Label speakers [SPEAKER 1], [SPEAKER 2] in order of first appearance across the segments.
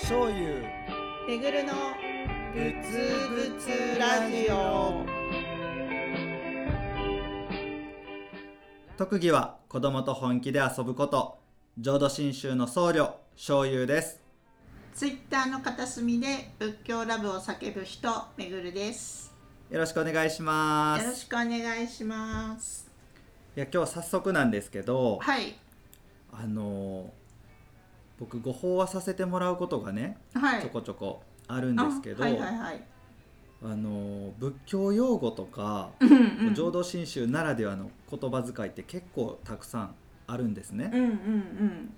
[SPEAKER 1] 醤油
[SPEAKER 2] めぐるの
[SPEAKER 1] ぶ
[SPEAKER 2] ぶ
[SPEAKER 1] つ
[SPEAKER 2] つ
[SPEAKER 1] ぶ
[SPEAKER 2] ぶ
[SPEAKER 1] つ
[SPEAKER 2] つ
[SPEAKER 1] ラ
[SPEAKER 2] ラ
[SPEAKER 1] ジ
[SPEAKER 2] ジ
[SPEAKER 1] オ
[SPEAKER 2] オ
[SPEAKER 1] 特技は子供と本気で遊ぶこと浄土真宗の僧侶醤油です
[SPEAKER 2] ツイッターの片隅で仏教ラブを叫ぶ人めぐるです
[SPEAKER 1] よろしくお願いしま
[SPEAKER 2] よろ
[SPEAKER 1] す
[SPEAKER 2] しくお願いします
[SPEAKER 1] いや今日早速なんですけど
[SPEAKER 2] はい
[SPEAKER 1] あのー僕ご法話させてもらうことがね
[SPEAKER 2] はい
[SPEAKER 1] ちょこちょこあるんですけど、
[SPEAKER 2] あはいはいはい
[SPEAKER 1] あのー仏教用語とか
[SPEAKER 2] うんうん
[SPEAKER 1] 浄土真宗ならではの言葉遣いって結構たくさんあるんですね。
[SPEAKER 2] うんうんうん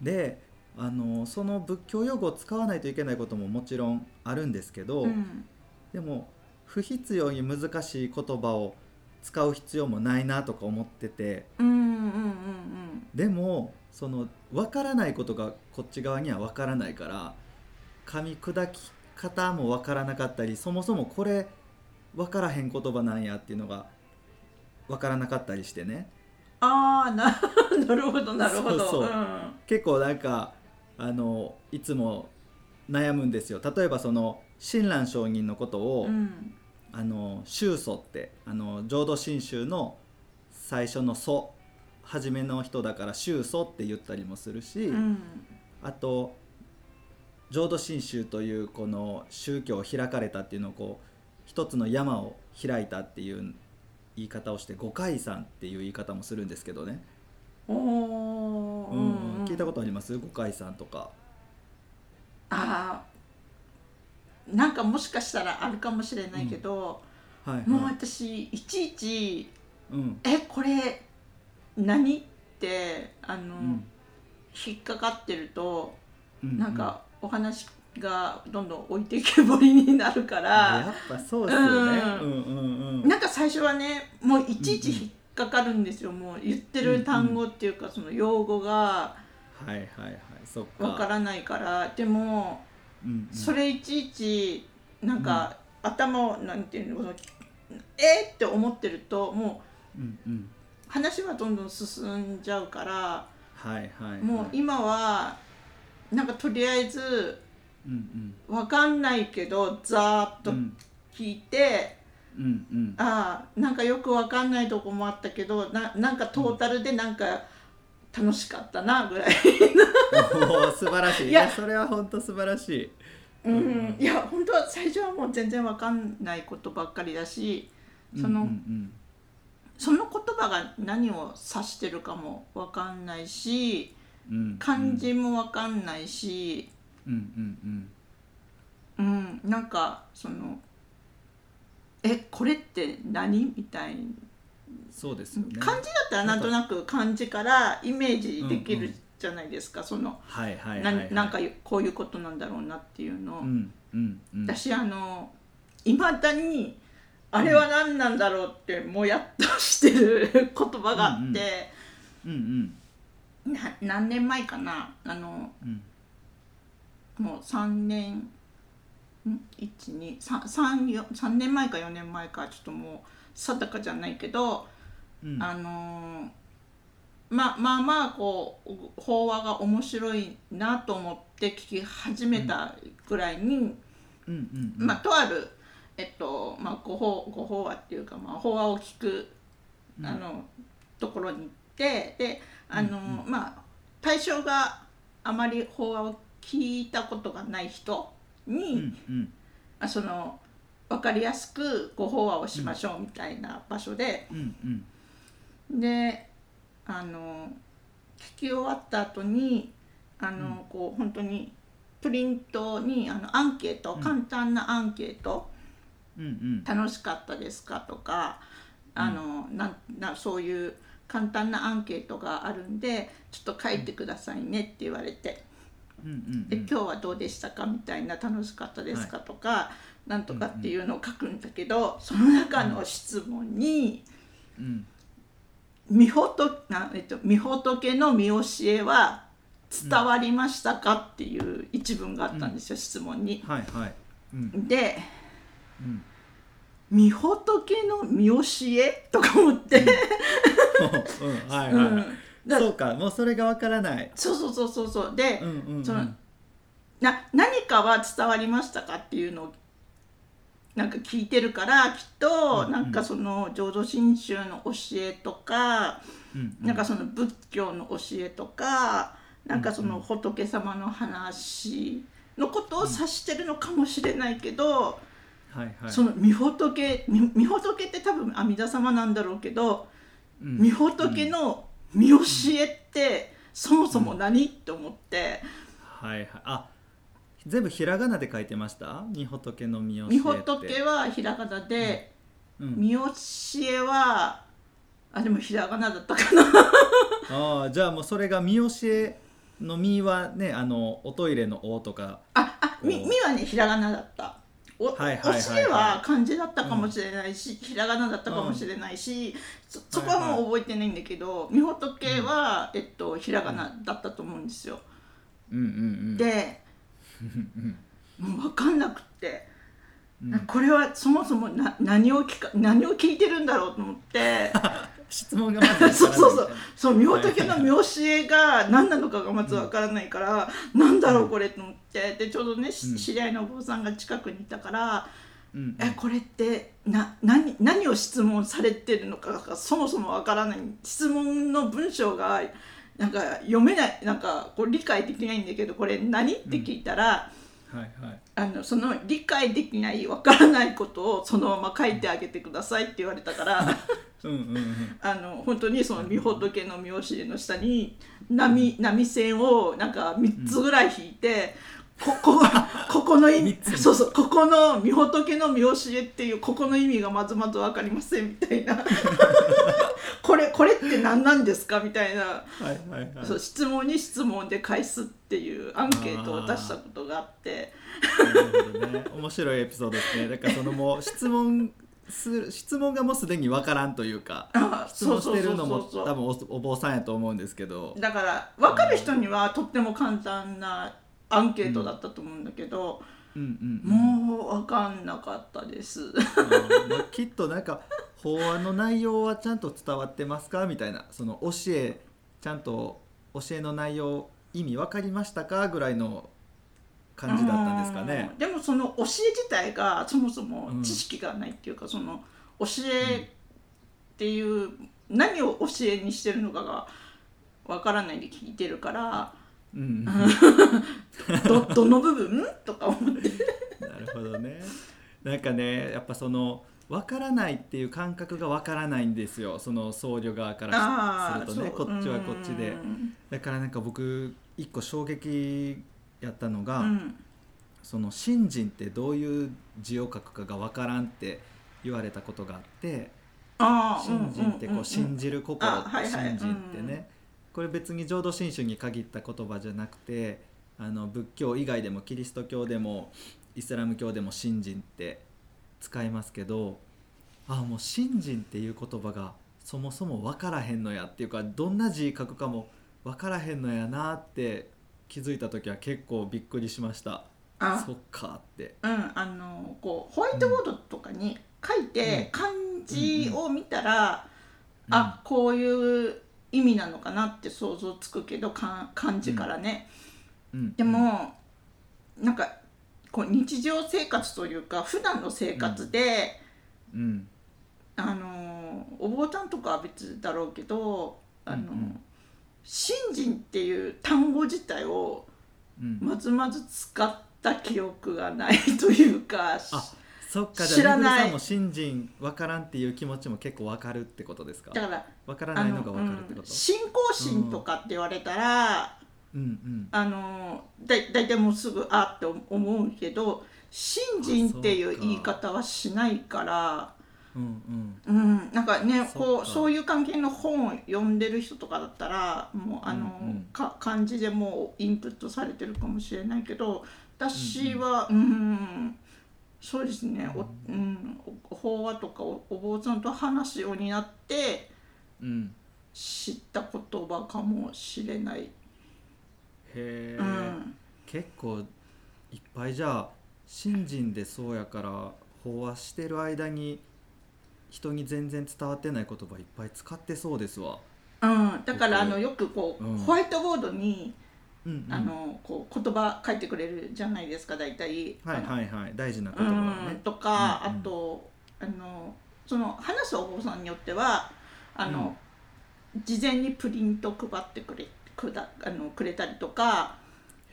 [SPEAKER 1] であのその仏教用語を使わないといけないことももちろんあるんですけど、
[SPEAKER 2] うん
[SPEAKER 1] でも不必要に難しい言葉を使う必要もないなとか思ってて
[SPEAKER 2] うんうんうん
[SPEAKER 1] でもその分からないことがこっち側には分からないから噛み砕き方も分からなかったりそもそもこれ分からへん言葉なんやっていうのが分からなかったりしてね
[SPEAKER 2] ああな なるほどなるほど
[SPEAKER 1] そうそう
[SPEAKER 2] うん、は
[SPEAKER 1] 結構なんかあのいつも悩むんですよ例えばその親鸞上人のことを、
[SPEAKER 2] うん
[SPEAKER 1] あの宗祖ってあの浄土真宗の最初の祖初めの人だから宗祖って言ったりもするし、
[SPEAKER 2] うん
[SPEAKER 1] あと浄土真宗というこの宗教を開かれたっていうのをこう一つの山を開いたっていう言い方をして五海山っていう言い方もするんですけどね、
[SPEAKER 2] おお、
[SPEAKER 1] うんうん聞いたことあります五海山とか
[SPEAKER 2] あーなんかもしかしたらあるかもしれないけど、
[SPEAKER 1] はい、はい、
[SPEAKER 2] もう私いちいち
[SPEAKER 1] うん
[SPEAKER 2] 「えこれ何?」ってあの、
[SPEAKER 1] うん
[SPEAKER 2] 引っかかってると
[SPEAKER 1] う
[SPEAKER 2] なんかお話がどんどん置いてけぼりになるか
[SPEAKER 1] うん
[SPEAKER 2] ら、
[SPEAKER 1] やっぱそうですよね、う、
[SPEAKER 2] う
[SPEAKER 1] う
[SPEAKER 2] ん
[SPEAKER 1] んうん
[SPEAKER 2] なんか最初はねもういちいち引っかかるんですよ、もう言ってる単語っていうかその用語が
[SPEAKER 1] はいはいはいそっか
[SPEAKER 2] わからないからでも
[SPEAKER 1] うんうん
[SPEAKER 2] それいちいちなんか、頭をなんていうのこのえーって思ってるとも
[SPEAKER 1] うんうん
[SPEAKER 2] う話はどんどん進んじゃうから
[SPEAKER 1] はいはい、はい、
[SPEAKER 2] もう今はなんかとりあえず
[SPEAKER 1] うんうん
[SPEAKER 2] わかんないけどざーっと
[SPEAKER 1] うん
[SPEAKER 2] 聞いて、
[SPEAKER 1] うんうん
[SPEAKER 2] ああなんかよくわかんないとこもあったけどななんかトータルでなんか楽しかったなぐらい、
[SPEAKER 1] おー素晴らしいい
[SPEAKER 2] いや
[SPEAKER 1] やそれは本当素晴らしい
[SPEAKER 2] うん
[SPEAKER 1] うん
[SPEAKER 2] いや本当は最初はもう全然わかんないことばっかりだし、その
[SPEAKER 1] うんうん
[SPEAKER 2] その言葉が何を指してるかも分かんないし
[SPEAKER 1] うんうん
[SPEAKER 2] 漢字も分かんないし、
[SPEAKER 1] うんうん
[SPEAKER 2] うん、なんかその「えこれって何?」みたいに
[SPEAKER 1] うんそうですよね
[SPEAKER 2] 漢字だったらなんとなく漢字からイメージできるじゃないですか、その
[SPEAKER 1] はいはいは、
[SPEAKER 2] ない
[SPEAKER 1] はい、
[SPEAKER 2] なんかこういうことなんだろうなっていうのを。
[SPEAKER 1] うんうんうん
[SPEAKER 2] 私あのいまだにあれは何なんだろうってもやっとしてる言葉があって。
[SPEAKER 1] うんうんうんうん
[SPEAKER 2] な何年前かなあの
[SPEAKER 1] うん
[SPEAKER 2] もう3年1233年前か4年前かちょっともう定かじゃないけど、
[SPEAKER 1] うん
[SPEAKER 2] あのーままあまあこう法話が面白いなと思って聞き始めたぐらいに、
[SPEAKER 1] うんうんうん
[SPEAKER 2] まあとある、えっとまあ、ご法ご法話っていうか、まあ、法話を聞く
[SPEAKER 1] うん
[SPEAKER 2] あのところに行ってであの、
[SPEAKER 1] うん
[SPEAKER 2] まあ対象があまり法話を聞いたことがない人
[SPEAKER 1] う
[SPEAKER 2] に、
[SPEAKER 1] んうん
[SPEAKER 2] あその分かりやすくご法話をしましょうみたいな場所で、
[SPEAKER 1] うんうん
[SPEAKER 2] であの聞き終わった後にあの、
[SPEAKER 1] うん
[SPEAKER 2] こう本当にプリントにあのアンケート、
[SPEAKER 1] うん
[SPEAKER 2] 簡単なアンケート、
[SPEAKER 1] うんうん
[SPEAKER 2] 楽しかったですかとかあの、なんなそういう簡単なアンケートがあるんでちょっと書いてくださいねって言われて、
[SPEAKER 1] うんうん
[SPEAKER 2] で今日はどうでしたかみたいな楽しかったですかとか、なんとかっていうのを書くんだけど、その中の質問に
[SPEAKER 1] うん
[SPEAKER 2] 「みほとなえっと、みほとけの見教えは伝わりましたか?」っていう一文があったんですよ、質問に。
[SPEAKER 1] はいはいうん
[SPEAKER 2] で
[SPEAKER 1] うん
[SPEAKER 2] 「みほとけの見教え?」とか思って。
[SPEAKER 1] うんはい
[SPEAKER 2] うん
[SPEAKER 1] はい、
[SPEAKER 2] だ
[SPEAKER 1] そうかもうそれがわからない
[SPEAKER 2] そうそうそうそうそうで、
[SPEAKER 1] うんうんうん
[SPEAKER 2] そのな何かは伝わりましたかっていうのをなんか聞いてるからきっ
[SPEAKER 1] うん
[SPEAKER 2] と
[SPEAKER 1] うん
[SPEAKER 2] なんかその浄土真宗の教えとか、
[SPEAKER 1] うん
[SPEAKER 2] なんかその仏教の教えとかなんかそ
[SPEAKER 1] うん
[SPEAKER 2] の仏様の話のことを指してるのかもしれないけど、
[SPEAKER 1] はいはい
[SPEAKER 2] その御仏み御仏って多分阿弥陀様なんだろうけど、
[SPEAKER 1] うん
[SPEAKER 2] 御仏の見教えってそもそも何、って思って
[SPEAKER 1] はいはいあ全部ひらがなで書いてましたみほとけのみよ
[SPEAKER 2] 御仏はひらがなで、見教えはあでもひらがなだったかな
[SPEAKER 1] ああじゃあもうそれがみよしえのみはねあのおトイレのおとか
[SPEAKER 2] ああみ
[SPEAKER 1] お
[SPEAKER 2] みはねひらがなだった。お
[SPEAKER 1] はいはいはいはい
[SPEAKER 2] 教えは漢字だったかもしれないし、ひらがなだったかもしれないし、そそこはもう覚えてないんだけど、みほとけは、えっと、ひらがなだったと思うんですよ。
[SPEAKER 1] うんうんうん
[SPEAKER 2] で
[SPEAKER 1] うん
[SPEAKER 2] もう分かんなくって、
[SPEAKER 1] うん
[SPEAKER 2] なんかこれはそもそもな何を聞か何を聞いてるんだろうと思って
[SPEAKER 1] 質問がまずわからない
[SPEAKER 2] そうそう そうそうみほとけの見教えが何なのかがまず分からないから、なんだろうこれと思ってでちょうどね、し
[SPEAKER 1] うん
[SPEAKER 2] 知り合いのお坊さんが近くにいたから。
[SPEAKER 1] うん
[SPEAKER 2] えこれってな何何を質問されてるのかがそもそもわからない質問の文章がなんか読めないなんかこう理解できないんだけどこれ何って聞いたら、
[SPEAKER 1] うんはいはい
[SPEAKER 2] あのその理解できないわからないことをそのまま書いてあげてくださいって言われたから
[SPEAKER 1] うんうんうん
[SPEAKER 2] あの本当にその御仏の見教えの下に波波線をなんか3つぐらい引いて。こ こここの意味
[SPEAKER 1] 三つ
[SPEAKER 2] そうそうここの御仏の見教えっていうここの意味がまずまず分かりませんみたいな これこれって何なんですかみたいな、
[SPEAKER 1] はいはいはい
[SPEAKER 2] そう質問に質問で返すっていうアンケートを出したことがあって
[SPEAKER 1] なるほどね面白いエピソードですねだからそのもう質問する質問がもうすでにわからんというか
[SPEAKER 2] あ
[SPEAKER 1] 質問してるのも
[SPEAKER 2] そうそうそうそう
[SPEAKER 1] 多分おお坊さんやと思うんですけど
[SPEAKER 2] だから分かる人にはとっても簡単なアンケートだったと思うんだけ
[SPEAKER 1] うんう
[SPEAKER 2] ど、
[SPEAKER 1] んうん
[SPEAKER 2] もう分かんなかったです。
[SPEAKER 1] うんまあきっとなんか法案の内容はちゃんと伝わってますかみたいなその教えちゃんと教えの内容意味分かりましたかぐらいの感じだったんですかね
[SPEAKER 2] うん。でもその教え自体がそもそも
[SPEAKER 1] うん
[SPEAKER 2] 知識がないっていうか、その教えっていう、何を教えにしてるのかがわからないで聞いてる から
[SPEAKER 1] うんうん、な
[SPEAKER 2] どどの部分とか思って
[SPEAKER 1] るほどね。なんかねやっぱその分からないっていう感覚が分からないんですよその僧侶側からするとね
[SPEAKER 2] そ
[SPEAKER 1] こ
[SPEAKER 2] う
[SPEAKER 1] っちはこっちで
[SPEAKER 2] う。ん
[SPEAKER 1] だからなんか僕一個衝撃やったのが。
[SPEAKER 2] うん
[SPEAKER 1] その信心ってどういう字を書くかがわからんって言われたことがあって
[SPEAKER 2] ああ
[SPEAKER 1] 信心ってこう信じる心
[SPEAKER 2] あ
[SPEAKER 1] と
[SPEAKER 2] はいはい
[SPEAKER 1] 信心って
[SPEAKER 2] うんうん
[SPEAKER 1] ねこれ別に浄土真宗に限った言葉じゃなくてあの仏教以外でもキリスト教でもイスラム教でも信心って使いますけどあもう信心っていう言葉がそもそも分からへんのやっていうかどんな字書くかも分からへんのやなって気づいた時は結構びっくりしました。
[SPEAKER 2] あ
[SPEAKER 1] そっかって。
[SPEAKER 2] うん、あのこうホワイトボードとかに書いて漢字を見たら、
[SPEAKER 1] うん
[SPEAKER 2] あこういう意味なのかなって想像つくけどか漢字からね、
[SPEAKER 1] うん
[SPEAKER 2] で、もなんかこう日常生活というか普段の生活で、
[SPEAKER 1] うん、
[SPEAKER 2] あのお坊ちゃんとかは別だろうけどあの、
[SPEAKER 1] うんうん
[SPEAKER 2] 信心っていう単語自体を
[SPEAKER 1] うん、
[SPEAKER 2] まずまず使った記憶がないというか。
[SPEAKER 1] あそっかじ
[SPEAKER 2] 知
[SPEAKER 1] ゃあ
[SPEAKER 2] ら
[SPEAKER 1] めぐる
[SPEAKER 2] ない
[SPEAKER 1] さんも信心わからんっていう気持ちも結構わかるってことですか
[SPEAKER 2] だから
[SPEAKER 1] わから
[SPEAKER 2] あ
[SPEAKER 1] ない
[SPEAKER 2] の
[SPEAKER 1] のがわかるって
[SPEAKER 2] う
[SPEAKER 1] こ
[SPEAKER 2] ん
[SPEAKER 1] と
[SPEAKER 2] 信仰心とかって言われたら、
[SPEAKER 1] うんうん
[SPEAKER 2] あのだ大体もうすぐあって思うけど信心ってい
[SPEAKER 1] あそう
[SPEAKER 2] う
[SPEAKER 1] か
[SPEAKER 2] 言い方はしないから
[SPEAKER 1] うんうん
[SPEAKER 2] うん、なんかね
[SPEAKER 1] そっか
[SPEAKER 2] こうそういう関係の本を読んでる人とかだったらもうあの、
[SPEAKER 1] うんうん
[SPEAKER 2] か漢字でもうインプットされてるかもしれないけど私はうん、そうですねお、うん、お法話とかおお坊さんと話をになって
[SPEAKER 1] うん
[SPEAKER 2] 知った言葉かもしれない。
[SPEAKER 1] へえ、
[SPEAKER 2] うん、
[SPEAKER 1] 結構いっぱいじゃあ信心でそうやから飽和してる間に人に全然伝わってない言葉いっぱい使ってそうですわ
[SPEAKER 2] うん、だからあ
[SPEAKER 1] う
[SPEAKER 2] の
[SPEAKER 1] ん
[SPEAKER 2] よくこう、
[SPEAKER 1] うん
[SPEAKER 2] ホワイトボードに
[SPEAKER 1] うんうん
[SPEAKER 2] あのこう言葉書いてくれるじゃないですか大体。
[SPEAKER 1] はいはいはい大事な
[SPEAKER 2] う
[SPEAKER 1] 言葉だ
[SPEAKER 2] ん
[SPEAKER 1] ね
[SPEAKER 2] とか、
[SPEAKER 1] うんうん
[SPEAKER 2] あとあのその話すお坊さんによってはあの、事前にプリント配ってくれくだあのくれたりとか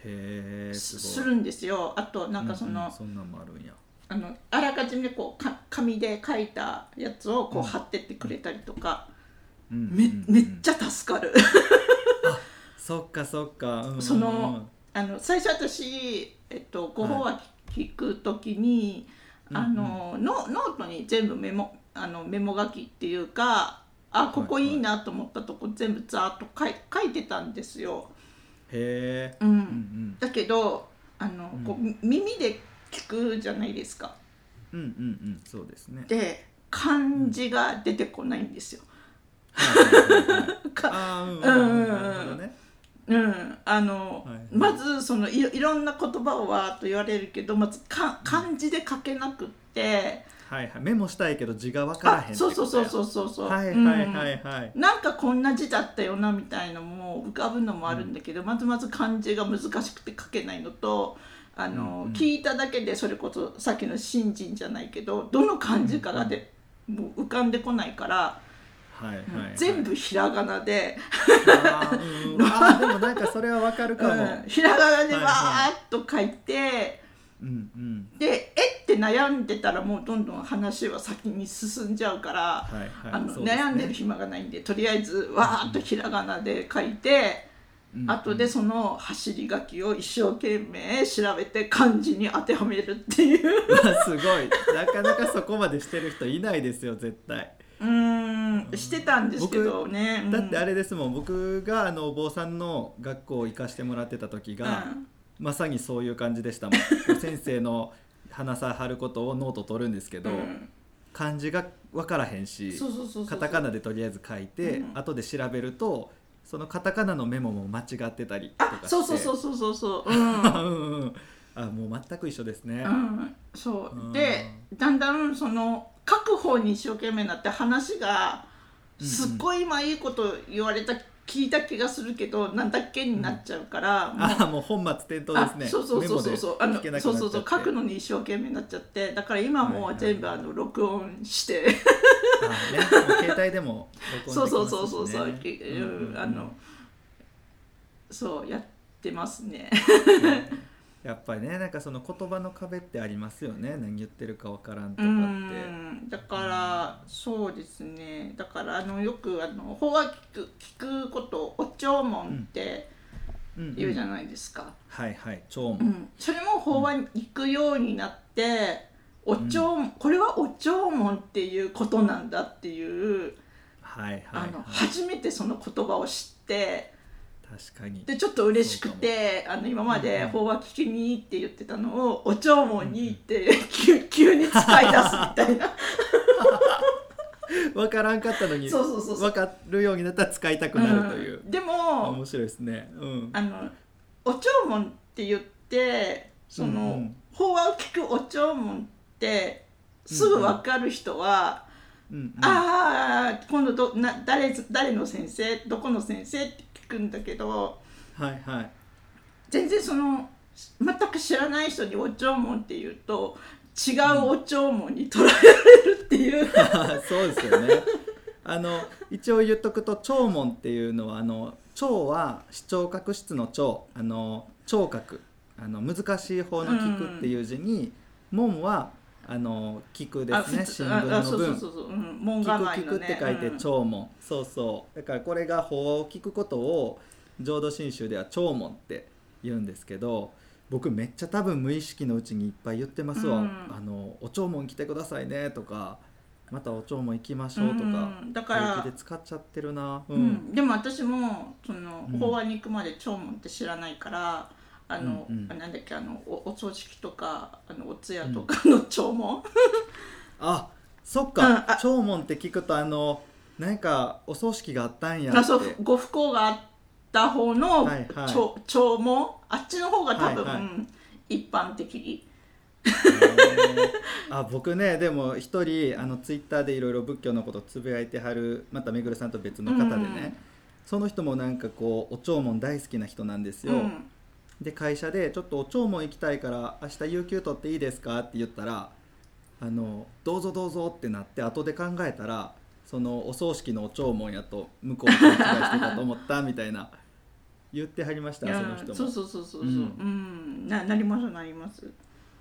[SPEAKER 1] へえ
[SPEAKER 2] すす
[SPEAKER 1] すごい
[SPEAKER 2] るんですよ。あとなんかその、
[SPEAKER 1] うんうんそんなんもあるんや
[SPEAKER 2] あのあらかじめこうか紙で書いたやつをこ
[SPEAKER 1] う
[SPEAKER 2] うん貼ってってくれたりとか、
[SPEAKER 1] うん
[SPEAKER 2] め
[SPEAKER 1] うんうん
[SPEAKER 2] めっちゃ助かる。
[SPEAKER 1] そっかそっかうんうんうん
[SPEAKER 2] そのあの最初私、えっと、ご法話聞くときに、
[SPEAKER 1] うん
[SPEAKER 2] あのノノートに全部メモあのメモ書きっていうかあここいいなと思ったとこ全部ざーっと書い書いてたんですよ。
[SPEAKER 1] へえ
[SPEAKER 2] うん
[SPEAKER 1] うん
[SPEAKER 2] だけどあの、こう耳で聞くじゃないですか。
[SPEAKER 1] うんうんうんうんそうですね
[SPEAKER 2] で漢字が出てこないんですよ。
[SPEAKER 1] はいはいはいはい
[SPEAKER 2] か
[SPEAKER 1] あーうんうんうんなるほどね
[SPEAKER 2] うん、あの、
[SPEAKER 1] はい
[SPEAKER 2] まずそのいろいろんな言葉をわーっと言われるけどまずか漢字で書けなくって、
[SPEAKER 1] はいはいメモしたいけど字が分からへんっ
[SPEAKER 2] あ
[SPEAKER 1] てこと
[SPEAKER 2] そう
[SPEAKER 1] や
[SPEAKER 2] そうそうそうそうそう、
[SPEAKER 1] はいはいはいはい
[SPEAKER 2] うんなんかこんな字だったよなみたいのも浮かぶのもあるんだけど、まずまず漢字が難しくて書けないのとあ
[SPEAKER 1] うん
[SPEAKER 2] の、
[SPEAKER 1] うん
[SPEAKER 2] 聞いただけでそれこそさっきの「信心」じゃないけどどの漢字かがで、もう浮かんでこないから、
[SPEAKER 1] はいはいはい
[SPEAKER 2] 全部ひらがなで。
[SPEAKER 1] あーうんうんあーでもなんかそれは分かるかも
[SPEAKER 2] うんひらがなでわ
[SPEAKER 1] はい
[SPEAKER 2] ー
[SPEAKER 1] は
[SPEAKER 2] っと書いて、
[SPEAKER 1] うんうん
[SPEAKER 2] でえって悩んでたらもうどんどん話は先に進んじゃうから、
[SPEAKER 1] はいはい
[SPEAKER 2] あの
[SPEAKER 1] そうすね
[SPEAKER 2] 悩んでる暇がないんでとりあえずわーっとひらがなで書いて、
[SPEAKER 1] うん
[SPEAKER 2] 後でその走り書きを一生懸命調べて漢字に当てはめるっ ていう。
[SPEAKER 1] うわすごいなかなかそこまでしてる人いないですよ絶対
[SPEAKER 2] うーんしてたんですけどね。うん
[SPEAKER 1] だってあれですもん僕があのお坊さんの学校を行かしてもらってた時が、
[SPEAKER 2] うん
[SPEAKER 1] まさにそういう感じでしたも ん先生の話さはることをノート取るんですけど、
[SPEAKER 2] うん
[SPEAKER 1] 漢字が分からへんし
[SPEAKER 2] そうそうそうそう
[SPEAKER 1] カタカナでとりあえず書いて、
[SPEAKER 2] うん
[SPEAKER 1] 後で調べるとそのカタカナのメモも間違ってたりとかし
[SPEAKER 2] あ
[SPEAKER 1] て
[SPEAKER 2] そうそうそううそうそうそう。うん
[SPEAKER 1] ん うんうんあもう全く一緒ですね、
[SPEAKER 2] うんそう、
[SPEAKER 1] うん
[SPEAKER 2] でだんだんその書く方に一生懸命になって話が
[SPEAKER 1] うんうん
[SPEAKER 2] すっごい今いいこと言われた聞いた気がするけどなんだっけになっちゃうから、もう
[SPEAKER 1] あもう本末転倒ですね
[SPEAKER 2] あそうそうそうそうそうあ
[SPEAKER 1] メ
[SPEAKER 2] の
[SPEAKER 1] モで聞けなくなっちゃって
[SPEAKER 2] そうそうそう書くのに一生懸命になっちゃってだから今もう全部
[SPEAKER 1] は
[SPEAKER 2] あ
[SPEAKER 1] いはい
[SPEAKER 2] の録音して、
[SPEAKER 1] あね、もう携帯でも録
[SPEAKER 2] そ
[SPEAKER 1] 音で
[SPEAKER 2] う
[SPEAKER 1] きますしね
[SPEAKER 2] そうそうそうそう、
[SPEAKER 1] んん
[SPEAKER 2] うんんあのそうやってますね。
[SPEAKER 1] やっぱりねなんかその言葉の壁ってありますよね何言ってるかわからんとかっ
[SPEAKER 2] う
[SPEAKER 1] て、
[SPEAKER 2] んだから、そうですねだからあのよくあの法話聞く聞くことお聴門って
[SPEAKER 1] うんうん
[SPEAKER 2] 言うじゃないですか、
[SPEAKER 1] はいはい聴
[SPEAKER 2] うん
[SPEAKER 1] 聞
[SPEAKER 2] それも法話に行くようになって、お聴これはお聴門っていうことなんだっていう、
[SPEAKER 1] はいはい、
[SPEAKER 2] あの
[SPEAKER 1] はい、
[SPEAKER 2] 初めてその言葉を知って
[SPEAKER 1] 確かに
[SPEAKER 2] でちょっと嬉しくてあの今ま
[SPEAKER 1] うん
[SPEAKER 2] で
[SPEAKER 1] うん
[SPEAKER 2] 法話聞きにって言ってたのをお聴門にって 急急に使い出すみたいな。
[SPEAKER 1] わからんかったのに
[SPEAKER 2] そうそうそうそう
[SPEAKER 1] わかるようになったら使いたくなるという、
[SPEAKER 2] んでも
[SPEAKER 1] 面白いですねうん
[SPEAKER 2] あのお聴聞って言ってその、
[SPEAKER 1] うんうん
[SPEAKER 2] 法話を聞くお聴聞ってすぐ分かる人は
[SPEAKER 1] うんうん
[SPEAKER 2] 「ああ今度どな誰誰の先生どこの先生?」って聞くんだけど
[SPEAKER 1] はいはい
[SPEAKER 2] 全然その全く知らない人にお聴聞って言うと違うお聴聞に捉えられるっていう。
[SPEAKER 1] あ そうですよね。あの一応言っとくと聴聞っていうのはあの聴は視聴覚室の聴あの聴覚あの難しい方の聞くっていう字に、門はあの聞くで
[SPEAKER 2] あ
[SPEAKER 1] すね
[SPEAKER 2] 普通
[SPEAKER 1] 新
[SPEAKER 2] あ
[SPEAKER 1] 聞の
[SPEAKER 2] あそうそ
[SPEAKER 1] 文
[SPEAKER 2] うそうそう、うん、門構え
[SPEAKER 1] 聞く聞く
[SPEAKER 2] の
[SPEAKER 1] っ
[SPEAKER 2] ね
[SPEAKER 1] て書いて
[SPEAKER 2] うん
[SPEAKER 1] 聴聞、そうそうだからこれが法を聞くことを浄土真宗では聴聞って言うんですけど僕めっちゃ多分無意識のうちにいっぱい言ってますわ、
[SPEAKER 2] うん
[SPEAKER 1] あのお聴聞来てくださいねとかまたお聴聞行きましょうとか、
[SPEAKER 2] うん、だから
[SPEAKER 1] 平気で使っちゃってるなう、
[SPEAKER 2] うんん、でも私もその
[SPEAKER 1] うん
[SPEAKER 2] 法話に行くまで聴聞って知らないから、あの、
[SPEAKER 1] うんうん
[SPEAKER 2] なんだっけあのおお葬式とかあのお通夜とかの聴聞、
[SPEAKER 1] あそっ
[SPEAKER 2] うん
[SPEAKER 1] か
[SPEAKER 2] あ
[SPEAKER 1] 聴聞って聞くとあのなんかお葬式があったんやって
[SPEAKER 2] あそうご不幸があった方の
[SPEAKER 1] はいはい
[SPEAKER 2] 聴聴聞、あっちの方が多分、
[SPEAKER 1] はいはい
[SPEAKER 2] うん一般的
[SPEAKER 1] あ僕ねでも一人あのツイッターでいろいろ仏教のことつぶやいてはるまためぐるさんと別の方でね、その人もなんかこうお弔問大好きな人なんですよ、
[SPEAKER 2] うん
[SPEAKER 1] で会社で「ちょっとお弔問行きたいから明日有給取っていいですか?」って言ったら「あのどうぞどうぞ」ってなって後で考えたらそのお葬式のお弔問やと向こうが勘違いしてたと思ったみたいな言ってはりました
[SPEAKER 2] い
[SPEAKER 1] そ
[SPEAKER 2] や
[SPEAKER 1] の人も
[SPEAKER 2] そうそうそうそうそう
[SPEAKER 1] う
[SPEAKER 2] うんんななりますなります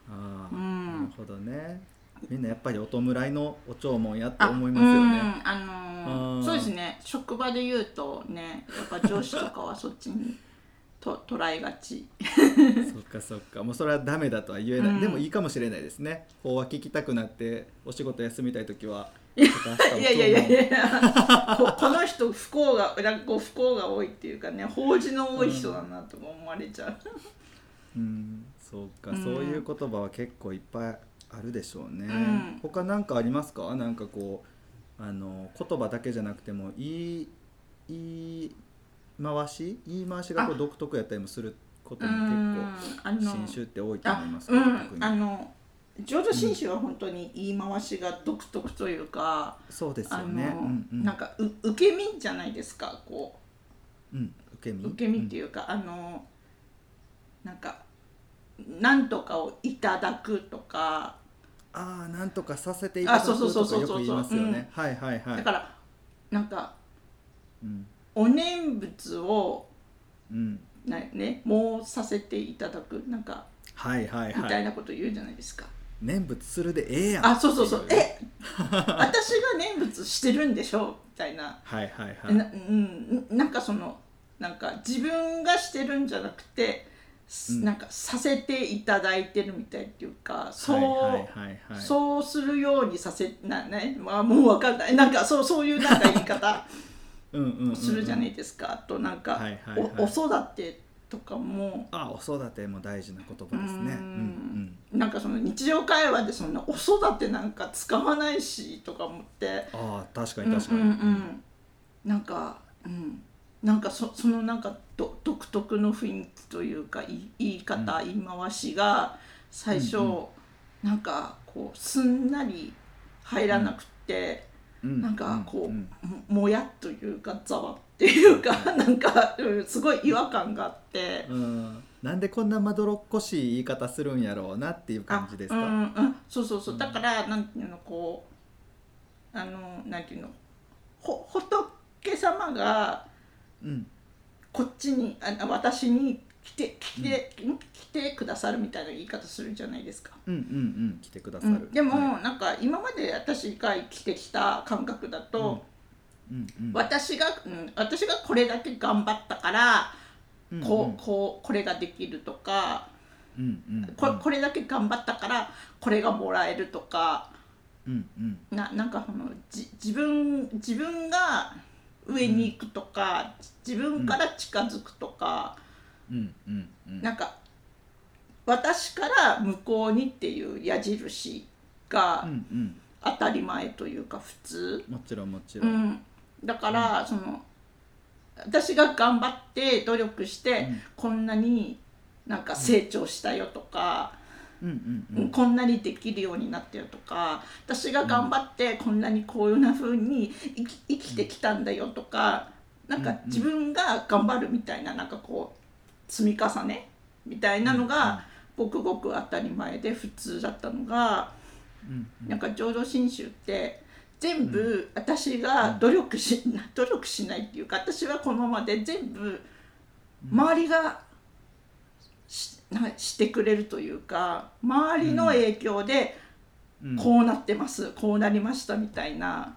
[SPEAKER 1] ああ、
[SPEAKER 2] うん
[SPEAKER 1] なるほどねみんなやっぱりお弔いのお弔問やって
[SPEAKER 2] あ
[SPEAKER 1] 思いますよね
[SPEAKER 2] うんあのー
[SPEAKER 1] うん
[SPEAKER 2] そうですね職場で言うとねやっぱ上司とかはそっちに と捉えがち
[SPEAKER 1] そっかそっかもうそれはダメだとは言えない、
[SPEAKER 2] うん
[SPEAKER 1] でもいいかもしれないですね法は聞きたくなってお仕事休みたい時はちょっと明日お弔問
[SPEAKER 2] いやいやいやいやここの人不幸がなんかこう不幸が多いっていうかね法事の多い人だなとか思われちゃう、
[SPEAKER 1] うんそうか、
[SPEAKER 2] うん
[SPEAKER 1] そういう言葉は結構いっぱいあるでしょうね、
[SPEAKER 2] うん
[SPEAKER 1] 他なんかありますかなんかこうあの言葉だけじゃなくても言い言い回し言い回しがこう
[SPEAKER 2] あ
[SPEAKER 1] 独特やったりもすること
[SPEAKER 2] う
[SPEAKER 1] も
[SPEAKER 2] ん
[SPEAKER 1] 結
[SPEAKER 2] あ
[SPEAKER 1] 構
[SPEAKER 2] の
[SPEAKER 1] 新種って多いと思
[SPEAKER 2] あ
[SPEAKER 1] います
[SPEAKER 2] う
[SPEAKER 1] ね
[SPEAKER 2] ん
[SPEAKER 1] 特に
[SPEAKER 2] あの浄土真宗は本当に言い回しが独特というか、
[SPEAKER 1] そうですよ
[SPEAKER 2] あの、
[SPEAKER 1] ね、うんうん、
[SPEAKER 2] なんかう受け身じゃないですかこ
[SPEAKER 1] うん、受け身
[SPEAKER 2] う受け身っていうか、あのなんかなんとかをいただくとか
[SPEAKER 1] ああなんとかさせていただく
[SPEAKER 2] あそうそう
[SPEAKER 1] とか
[SPEAKER 2] そうそう
[SPEAKER 1] よく言いますよね、はいはいはい
[SPEAKER 2] だからなんか
[SPEAKER 1] うん
[SPEAKER 2] お念仏を
[SPEAKER 1] うん、
[SPEAKER 2] なねもうさせていただくなんか
[SPEAKER 1] はいはい
[SPEAKER 2] み
[SPEAKER 1] は
[SPEAKER 2] たい
[SPEAKER 1] い
[SPEAKER 2] なこと言うじゃないですか、
[SPEAKER 1] 念仏するでええやん
[SPEAKER 2] あそうそうそう
[SPEAKER 1] っていね
[SPEAKER 2] え私が念仏してるんでしょみたいな
[SPEAKER 1] はいはいはい
[SPEAKER 2] なうん、なんかそのなんか自分がしてるんじゃなくて、す
[SPEAKER 1] うん
[SPEAKER 2] なんかさせていただいてるみたいっていうかそう、
[SPEAKER 1] はいはいはいはい、
[SPEAKER 2] そうするようにさせなね、まあ、もうわかんないなんかそうそういうなんか言い 方
[SPEAKER 1] うんうんうんうん
[SPEAKER 2] するじゃないですか、あとなんか、
[SPEAKER 1] はいはいはい
[SPEAKER 2] おお育てとかも。
[SPEAKER 1] あお育ても大事な言葉ですね
[SPEAKER 2] う
[SPEAKER 1] うん
[SPEAKER 2] んなんかその日常会話でそんなお育てなんか使わないしとか思って
[SPEAKER 1] うんああ確かに確かに、
[SPEAKER 2] うんうんうん、なんか、うん、なんかそそのなんかど独特の雰囲気というか言い言い方、言い回しが最初、
[SPEAKER 1] うん
[SPEAKER 2] なんかこうすんなり入らなくて、
[SPEAKER 1] うん
[SPEAKER 2] なんかこう、
[SPEAKER 1] うん
[SPEAKER 2] ももやっというかざわっていうか なんか、うんすごい違和感があって。
[SPEAKER 1] うんなんでこんなまどろっこしい言い方するんやろうなっていう感じです
[SPEAKER 2] あうん
[SPEAKER 1] か
[SPEAKER 2] うん、そうそうそ
[SPEAKER 1] う
[SPEAKER 2] う、
[SPEAKER 1] ん
[SPEAKER 2] だからなんていうのこうあのなんていうのほ仏様が
[SPEAKER 1] うん
[SPEAKER 2] こっちにあ私に来て来て、ん来てくださるみたいな言い方するじゃないですか。
[SPEAKER 1] うんうんうん来てくださ
[SPEAKER 2] う
[SPEAKER 1] る、
[SPEAKER 2] ん、でも、
[SPEAKER 1] はい
[SPEAKER 2] なんか今まで私が生きてきた感覚だと、
[SPEAKER 1] うんうん
[SPEAKER 2] 私が、うん、私がこれだけ頑張ったから、
[SPEAKER 1] うんうん
[SPEAKER 2] こうこうこれができるとか、
[SPEAKER 1] うんうんうん
[SPEAKER 2] ここれだけ頑張ったからこれがもらえるとか
[SPEAKER 1] うんうん
[SPEAKER 2] ななんかそのじ自分自分が上に行くとか、自分から近づくとか。
[SPEAKER 1] うんうんうん
[SPEAKER 2] なんか私から向こうにっていう矢印が
[SPEAKER 1] うんうん
[SPEAKER 2] 当たり前というか普通、
[SPEAKER 1] もちろんもち
[SPEAKER 2] う
[SPEAKER 1] ろん、うん
[SPEAKER 2] ん、だからその私が頑張って努力して
[SPEAKER 1] うん
[SPEAKER 2] こんなになんか成長したよとか、
[SPEAKER 1] うんうん
[SPEAKER 2] こんなにできるようになったよとか私が頑張ってこんなにこういうな風に生き生きてきたんだよとかなん
[SPEAKER 1] うん
[SPEAKER 2] か
[SPEAKER 1] うん
[SPEAKER 2] 自分が頑張るみたいななんかこう積み重ねみたいなのが、ごくごく当たり前で普通だったのが、
[SPEAKER 1] うんうん
[SPEAKER 2] なんか浄土真宗って全部私が努力し、努力しないっていうか私はこのままで全部周りがしなんかしてくれるというか周りの影響で
[SPEAKER 1] うん
[SPEAKER 2] こうなってます、こうなりましたみたいな、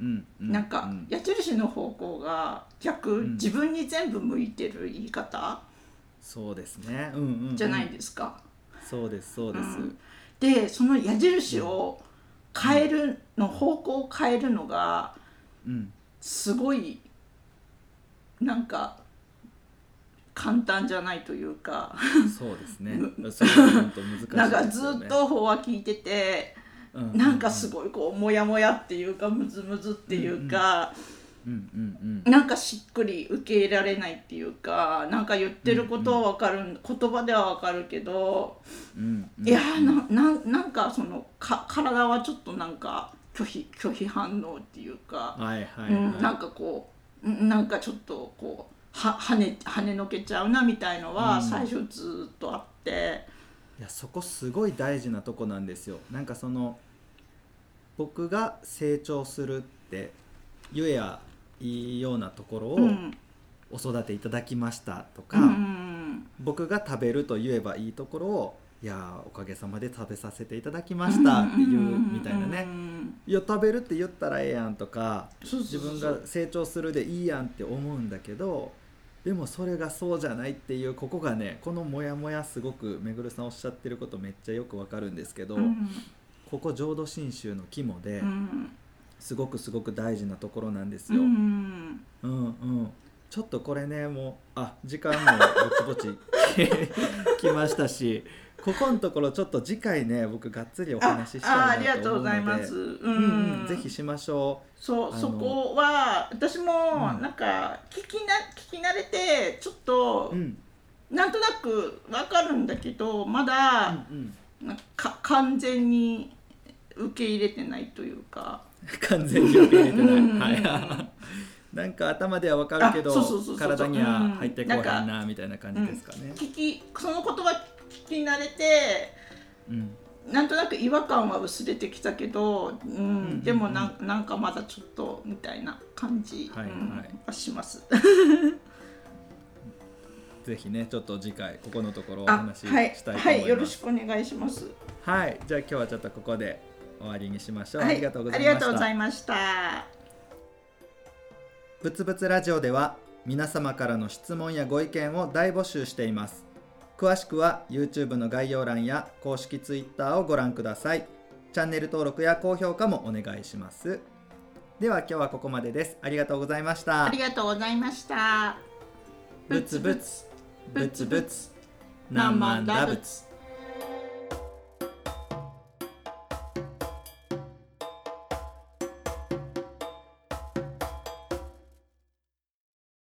[SPEAKER 1] うんう
[SPEAKER 2] なんか
[SPEAKER 1] うん
[SPEAKER 2] 矢印の方向が逆、
[SPEAKER 1] ん
[SPEAKER 2] 自分に全部向いてる言い方
[SPEAKER 1] そうですね、うんうんうん、
[SPEAKER 2] じゃないですか。
[SPEAKER 1] そうですそうです、
[SPEAKER 2] うんでその矢印を変えるの方向を変えるのが
[SPEAKER 1] うん
[SPEAKER 2] すごいなんか簡単じゃないというか、
[SPEAKER 1] そうですね。それは本当難しいですよね、
[SPEAKER 2] なんかずっと法は聞いてて
[SPEAKER 1] ううう
[SPEAKER 2] なんかすごいこうモヤモヤっていうかムズムズっていうか、
[SPEAKER 1] うんうん
[SPEAKER 2] なんかしっくり受け入れられないっていうかなんか言ってることは分かる、言葉では分かるけど
[SPEAKER 1] うんうんうん。
[SPEAKER 2] いやーななんなんかそのか体はちょっとなんか拒否拒否反応っていうか、
[SPEAKER 1] はいはいはい。
[SPEAKER 2] うん、なんかこうんなんかちょっとこうは跳ね跳ねのけちゃうなみたいの
[SPEAKER 1] う
[SPEAKER 2] は
[SPEAKER 1] ん
[SPEAKER 2] 最初ずっとあって、
[SPEAKER 1] いやそこすごい大事なとこなんですよなんかその僕が成長するって言えやいいようなところを
[SPEAKER 2] うん
[SPEAKER 1] お育ていただきましたと
[SPEAKER 2] う
[SPEAKER 1] か、
[SPEAKER 2] んうん
[SPEAKER 1] 僕が食べると言えばいいところをいやーおかげさまで食べさせていただきましたっていうみたいなねいや食べるって言ったらええやんとか自
[SPEAKER 2] 自
[SPEAKER 1] 分が成長するでいいやんって思うんだけどでもそれがそうじゃないっていうここがねこのモヤモヤすごくめぐるさんおっしゃってることめっちゃよくわかるんですけど、ここ浄土真宗の肝で
[SPEAKER 2] うん
[SPEAKER 1] すごくすごく大事なところなんです
[SPEAKER 2] うん
[SPEAKER 1] よ。
[SPEAKER 2] う
[SPEAKER 1] うん
[SPEAKER 2] ん
[SPEAKER 1] うん、ちょっとこれねもうあ時間もぼちぼち 来ましたしここのところちょっと次回ね僕がっつりお
[SPEAKER 2] あ
[SPEAKER 1] 話しし
[SPEAKER 2] ああ
[SPEAKER 1] たい
[SPEAKER 2] り
[SPEAKER 1] な
[SPEAKER 2] が
[SPEAKER 1] と
[SPEAKER 2] とう
[SPEAKER 1] 思う
[SPEAKER 2] ご
[SPEAKER 1] の
[SPEAKER 2] ざ
[SPEAKER 1] で
[SPEAKER 2] います。う
[SPEAKER 1] うんうん、ぜひしましょ
[SPEAKER 2] そう
[SPEAKER 1] あの
[SPEAKER 2] そこは私も
[SPEAKER 1] うん
[SPEAKER 2] なんか聞きな聞き慣れてちょっと
[SPEAKER 1] う。うん
[SPEAKER 2] なんとなくわかるんだけどま
[SPEAKER 1] う
[SPEAKER 2] だ
[SPEAKER 1] んうん
[SPEAKER 2] なんか完全に受け入れてないというか。
[SPEAKER 1] 完全に受け入れて
[SPEAKER 2] うんうんうん
[SPEAKER 1] ない。はい。 なんか頭ではわかるけど
[SPEAKER 2] あそうそうそうそう
[SPEAKER 1] 体には入ってこへん
[SPEAKER 2] うん
[SPEAKER 1] なみたいな感じですかね。
[SPEAKER 2] 聞きその言葉聞き慣れて
[SPEAKER 1] うん。
[SPEAKER 2] なんとなく違和感は薄れてきたけど、うん
[SPEAKER 1] んうん
[SPEAKER 2] でもなんなんかまだちょっとみたいな感じ、
[SPEAKER 1] はいはい
[SPEAKER 2] うんはします。
[SPEAKER 1] ぜひねちょっと次回ここのところお
[SPEAKER 2] あ
[SPEAKER 1] 話し
[SPEAKER 2] はい
[SPEAKER 1] したいと思
[SPEAKER 2] はい
[SPEAKER 1] い
[SPEAKER 2] よ
[SPEAKER 1] ま
[SPEAKER 2] ろし
[SPEAKER 1] す。
[SPEAKER 2] くお願いします。
[SPEAKER 1] はい、じゃあ今日はちょっとここで終わりにしましょう。
[SPEAKER 2] は
[SPEAKER 1] ありがとうござい
[SPEAKER 2] あり
[SPEAKER 1] ま
[SPEAKER 2] がとう
[SPEAKER 1] し
[SPEAKER 2] ご
[SPEAKER 1] た
[SPEAKER 2] ざ。いました。
[SPEAKER 1] ぶつぶつラジオでは皆様からの質問やご意見を大募集しています詳しくは YouTube の概要欄や公式 Twitter をご覧くださいチャンネル登録や高評価もお願いしますでは今日はここまでですありがとうございました
[SPEAKER 2] ありがとうございました。
[SPEAKER 1] ぶつぶつぶつぶつナンマンダブツ